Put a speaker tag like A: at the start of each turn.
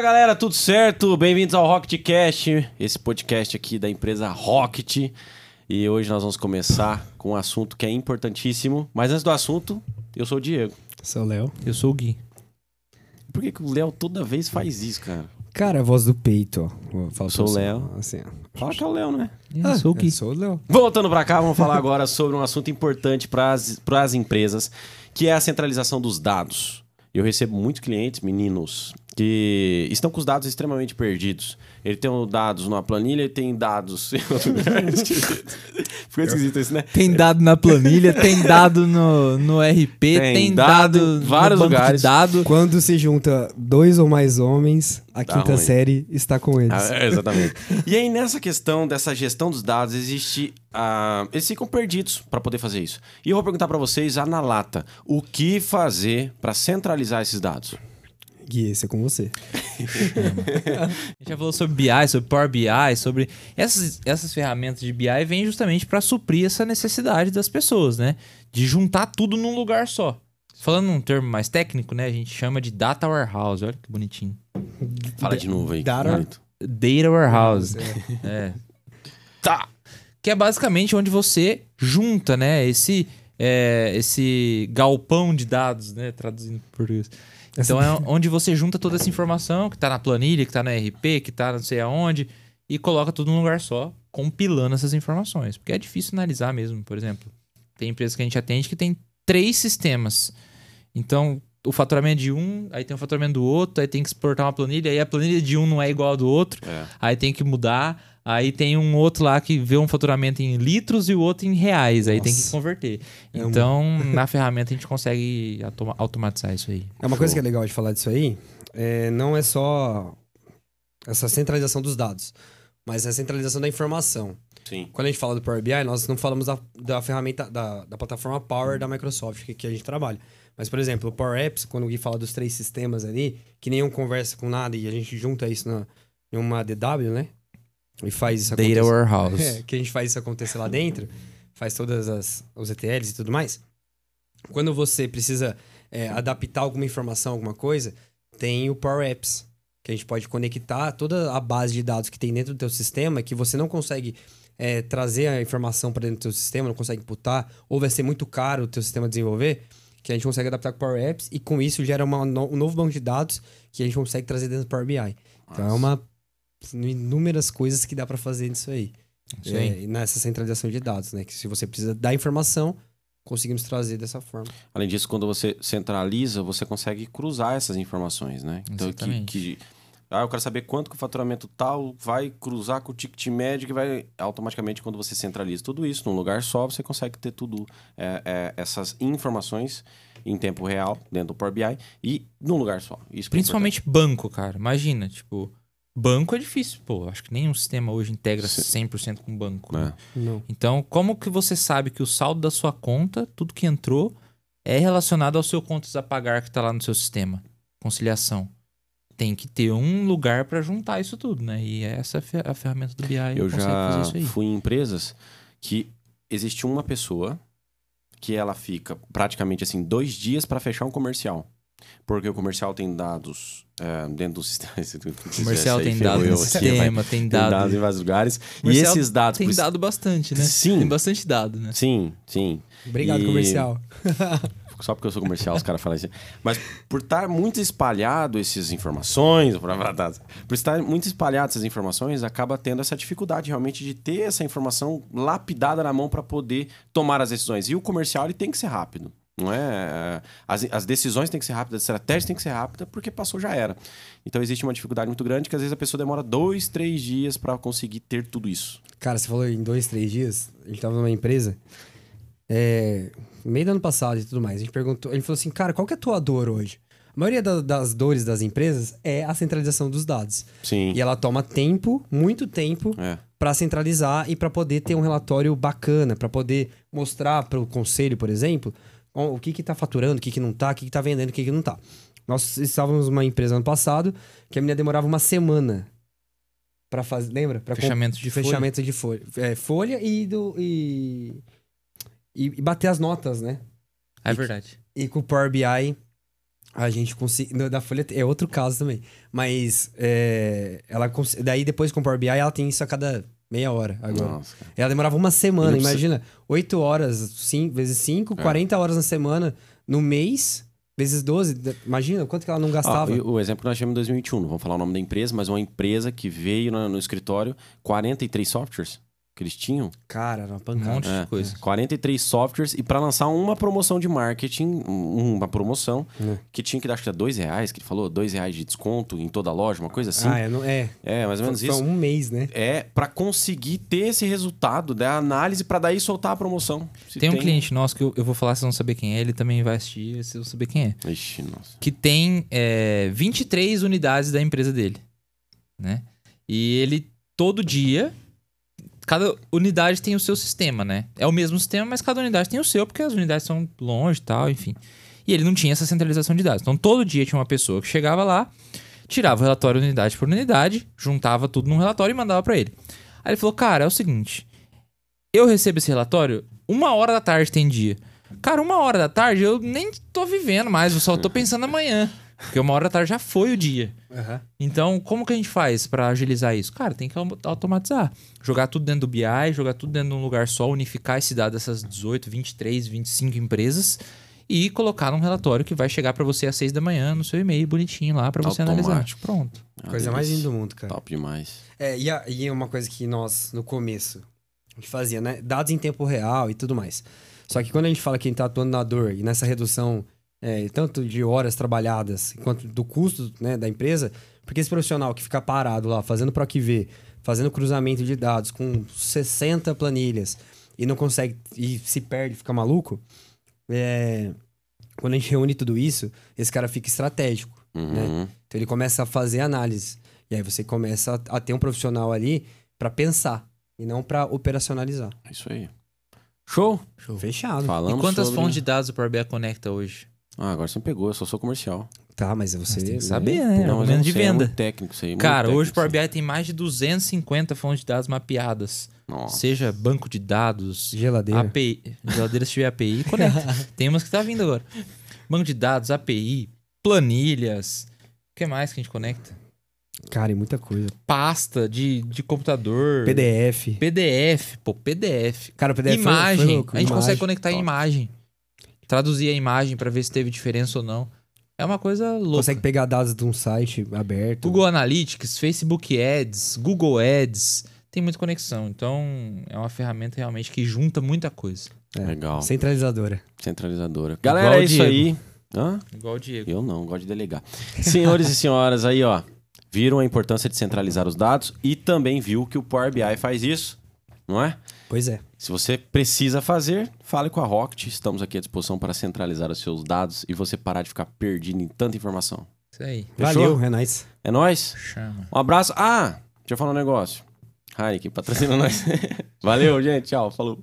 A: galera, tudo certo? Bem-vindos ao Rocket Cash, esse podcast aqui da empresa Rocket. E hoje nós vamos começar com um assunto que é importantíssimo. Mas antes do assunto, eu sou o Diego.
B: Sou o Léo.
C: Eu sou o Gui.
A: Por que, que o Léo toda vez faz isso, cara?
B: Cara, a voz do peito, ó. Vou falar pra
A: Sou o
B: você,
A: Léo.
B: Assim, ó.
A: Fala que é o Léo, né?
C: Eu
B: Ah,
C: sou o Gui.
B: eu Sou o Léo.
A: Voltando pra cá, vamos falar agora sobre um assunto importante para as empresas, que é a centralização dos dados. Eu recebo muitos clientes, meninos, que estão com os dados extremamente perdidos. Ele tem os dados numa planilha, ele tem dados. em outro lugar. Esquisito. Ficou esquisito isso, né?
C: Tem dado na planilha, tem dado no, no RP,
A: Tem
C: tem,
A: dado
C: dado,
A: em
C: no
A: vários
C: banco
A: lugares.
C: de dado.
B: Quando se junta dois ou mais homens, a
A: Dá
B: quinta
A: Tá ruim.
B: série está com eles.
A: Ah, é, exatamente. e aí, nessa questão dessa gestão dos dados, existe. ah, eles ficam perdidos para poder fazer isso. E eu vou perguntar para vocês, a na lata, o que fazer para centralizar esses dados?
B: Gui, esse é com você.
C: A gente já falou sobre BI, sobre Power BI, sobre essas, essas ferramentas de BI vêm justamente para suprir essa necessidade das pessoas, né? De juntar tudo num lugar só. Falando um termo mais técnico, né? A gente chama de data warehouse. Olha que bonitinho.
A: Fala de novo aí.
B: Data-
A: bonito.
C: Data warehouse.
B: É.
C: É. Tá. Que é basicamente onde você junta, né? Esse, é, esse galpão de dados, né? Traduzindo para português. Então é onde você junta toda essa informação que tá na planilha, que tá na RP, que tá não sei aonde, e coloca tudo num lugar só, compilando essas informações. Porque é difícil analisar mesmo, por exemplo. Tem empresas que a gente atende que tem três sistemas. Então, o faturamento é de um, aí tem o faturamento do outro, aí tem que exportar uma planilha, aí a planilha de um não é igual a do outro
A: É.
C: aí tem que mudar. Aí tem um outro lá que vê um faturamento em litros e o outro em reais. Aí tem que
B: Nossa.
C: converter.
B: É um-
C: então, na ferramenta a gente consegue automa- automatizar isso aí.
B: É uma coisa que é legal de falar disso aí, é, não é só essa centralização dos dados, mas é a centralização da informação.
A: Sim.
B: Quando a gente fala do Power BI, nós não falamos da, da ferramenta, da, da plataforma Power da Microsoft que, que a gente trabalha. Mas, por exemplo, o Power Apps, quando o Gui fala dos três sistemas ali, que nenhum conversa com nada e a gente junta isso na, em uma DW, né? E faz isso acontecer.
C: Data Warehouse.
B: É, que a gente faz isso acontecer lá dentro, faz todas as os ETLs e tudo mais. Quando você precisa é, adaptar alguma informação, alguma coisa, tem o Power Apps, que a gente pode conectar toda a base de dados que tem dentro do teu sistema, que você não consegue é, trazer a informação para dentro do teu sistema, não consegue imputar, ou vai ser muito caro o teu sistema desenvolver, que a gente consegue adaptar com o Power Apps e com isso gera uma no- um novo banco de dados que a gente consegue trazer dentro do Power BI. Então é uma inúmeras coisas que dá para fazer nisso aí.
C: Isso aí.
B: É, e nessa centralização de dados, né? Que se você precisa da informação, conseguimos trazer dessa forma.
A: Além disso, quando você centraliza, você consegue cruzar essas informações, né? que,
C: Exatamente.
A: que ah, eu quero saber quanto que o faturamento tal vai cruzar com o ticket médio que vai automaticamente quando você centraliza tudo isso num lugar só, você consegue ter tudo é, é, essas informações em tempo real dentro do Power BI e num lugar só. Isso que é
C: Principalmente banco, cara. Imagina, tipo, banco é difícil, pô. Acho que nenhum sistema hoje integra 100% com banco.
A: importante.
C: né?
A: É.
B: Não.
C: Então, como que você sabe que o saldo da sua conta, tudo que entrou, é relacionado ao seu contas a pagar que está lá no seu sistema? Conciliação. Tem que ter um lugar para juntar isso tudo, né? E essa é a fer- a ferramenta do BI
A: Eu
C: consegue
A: já
C: fazer isso aí.
A: fui em empresas que existe uma pessoa que ela fica praticamente assim dois dias para fechar um comercial. Porque o comercial tem dados é, dentro do sistema. Essa
C: Comercial
A: aí
C: tem
A: ferrou
C: dado
A: eu aqui,
C: no
A: vai.
C: sistema, tem
A: Tem
C: dado.
A: dados em vários lugares. e
C: Comercial
A: esses dados.
C: Tem
A: por-
C: dado bastante, né?
A: Sim.
C: Tem bastante dado, né?
A: Sim, sim.
B: Obrigado,
A: E-
B: comercial.
A: Só porque eu sou comercial, os caras falam assim. Mas por estar muito espalhado essas informações, por- por estar muito espalhado essas informações, acaba tendo essa dificuldade realmente de ter essa informação lapidada na mão para poder tomar as decisões. E o comercial ele tem que ser rápido. Não é? As, as decisões têm que ser rápidas, as estratégias têm que ser rápidas, porque passou já era. Então existe uma dificuldade muito grande que às vezes a pessoa demora dois, três dias para conseguir ter tudo isso.
B: Cara, você falou em dois, três dias, a gente tava numa empresa, é, meio do ano passado e tudo mais. A gente perguntou, ele falou assim, cara, qual que é a tua dor hoje? A maioria da- das dores das empresas é a centralização dos dados.
A: Sim.
B: E ela toma tempo, muito tempo,
A: É.
B: para centralizar e para poder ter um relatório bacana, para poder mostrar para o conselho, por exemplo, o o que que tá faturando, o que que não tá, o que que tá vendendo, o que que não tá. Nós estávamos numa empresa ano passado que a menina demorava uma semana para fazer, lembra? Para
C: Fechamento de
B: de fechamento de folha, é, folha e do e, e e bater as notas, né?
C: folha. É verdade.
B: E com o Power BI A gente conseguiu. Da Folha é outro caso também. Mas é, ela cons- daí depois com o Power BI ela tem isso a cada meia hora agora.
A: Nossa, cara.
B: Ela demorava uma semana,
A: Ele precisa- É.
B: imagina. oito horas, cinco vezes cinco 40 horas na semana, no mês, vezes 12. da- Imagina o quanto que ela não
A: Ah,
B: gastava.
A: e o exemplo que nós tivemos em 2021, não vamos falar o nome da empresa, mas uma empresa que veio na- no escritório, 43 softwares que eles tinham. né?
B: Cara, era uma
C: Um
B: pancada.
C: monte de coisa.
A: 43 softwares e para lançar uma promoção de marketing, um- uma promoção
B: É.
A: que tinha que dar acho que era dois reais, que ele falou, dois reais de desconto em toda a loja, uma coisa assim.
B: Ah, é, não, é.
A: é. mais ou menos
B: Foi
A: isso.
B: um mês, né?
A: É para conseguir ter esse resultado da análise para daí soltar a promoção. Se
C: Tem um cliente nosso que eu, eu vou falar, vocês vão saber quem é, ele também vai assistir, vocês vão saber quem é.
A: Ixi, nossa.
C: que tem é, 23 unidades da empresa dele, né? E ele todo dia, cada unidade tem o seu sistema, né? É o mesmo sistema, mas cada unidade tem o seu porque as unidades são longe, e tal, enfim. E ele não tinha essa centralização de dados. Então todo dia tinha uma pessoa que chegava lá, tirava o relatório unidade por unidade, juntava tudo num relatório e mandava pra ele. Aí ele falou: "Cara, é o seguinte, eu recebo esse relatório uma hora da tarde tem dia. Cara, uma hora da tarde eu nem tô vivendo mais, eu só tô pensando amanhã. Porque uma hora da tarde já foi o dia.
B: Aham.
C: Então, como que a gente faz pra agilizar isso? Cara, tem que au- automatizar. Jogar tudo dentro do BI, jogar tudo dentro de um lugar só, unificar esse dado dessas 18, 23, 25 empresas e colocar num relatório que vai chegar pra você às 6 da manhã no seu e-mail bonitinho lá pra você analisar.
A: Automático.
C: Pronto.
A: Ah,
B: Coisa
A: delícia.
B: mais linda do mundo, cara.
A: Top demais.
B: É, e, a- e uma coisa que nós, no começo, a gente fazia, né? Dados em tempo real e tudo mais. Só que quando a gente fala que a gente tá atuando na dor e nessa redução, é, tanto de horas trabalhadas quanto do custo né, da empresa, porque esse profissional que fica parado lá, fazendo para que vê, fazendo cruzamento de dados com 60 planilhas e não consegue, e se perde, fica maluco, é, quando a gente reúne tudo isso, esse cara fica estratégico.
A: Uhum.
B: Então ele começa a fazer análise. E aí você começa a, a ter um profissional ali pra pensar e não pra operacionalizar.
A: É Isso aí. Show?
B: Fechado.
A: Falamos
C: e quantas
A: sobre-
C: fontes de dados o Power BI conecta hoje?
A: Ah, agora você me pegou, eu só sou comercial.
B: Tá, mas você
C: Mas tem que
B: né?
C: saber, né?
A: Não, mas eu
C: Argumento
A: não
C: de
A: sei, é
C: venda.
A: muito técnico isso aí. muito
C: Cara,
A: técnico
C: hoje o Power
A: isso aí.
C: BI tem mais de 250 fontes de dados mapeadas.
A: Nossa.
C: Seja banco de dados,
B: Geladeira.
C: API. Geladeira, se tiver API, conecta. tem umas que tá vindo agora. Banco de dados, API, planilhas. O que mais que a gente conecta?
B: Cara, e muita coisa.
C: Pasta de, de computador.
B: PDF.
C: PDF, pô, PDF.
B: Cara, o PDF foi- foi
C: imagem.
B: louco,
C: a gente
B: imagem.
C: consegue conectar a
A: Top.
C: imagem. Traduzir a imagem pra ver se teve diferença ou não. É uma coisa louca.
B: Consegue pegar dados de um site aberto.
C: Google Analytics, Facebook Ads, Google Ads, tem muita conexão. Então, é uma ferramenta realmente que junta muita coisa.
B: É.
A: Legal.
B: Centralizadora.
A: Centralizadora. Galera,
C: o
A: é isso
C: Diego.
A: aí. Hã?
C: Igual o Diego.
A: Eu não, gosto de delegar. Senhores e senhoras, aí ó, viram a importância de centralizar os dados e também viu que o Power BI faz isso, não é?
B: Pois é.
A: Se você precisa fazer, fale com a Rocket. Estamos aqui à disposição para centralizar os seus dados e você parar de ficar perdido em tanta informação.
C: Isso aí.
A: Fechou?
B: Valeu, é nóis.
A: É nóis?
C: Chama.
A: Um abraço. Ah, deixa eu falar um negócio. Heineken, patrocina nós. Valeu, gente. Tchau. Falou.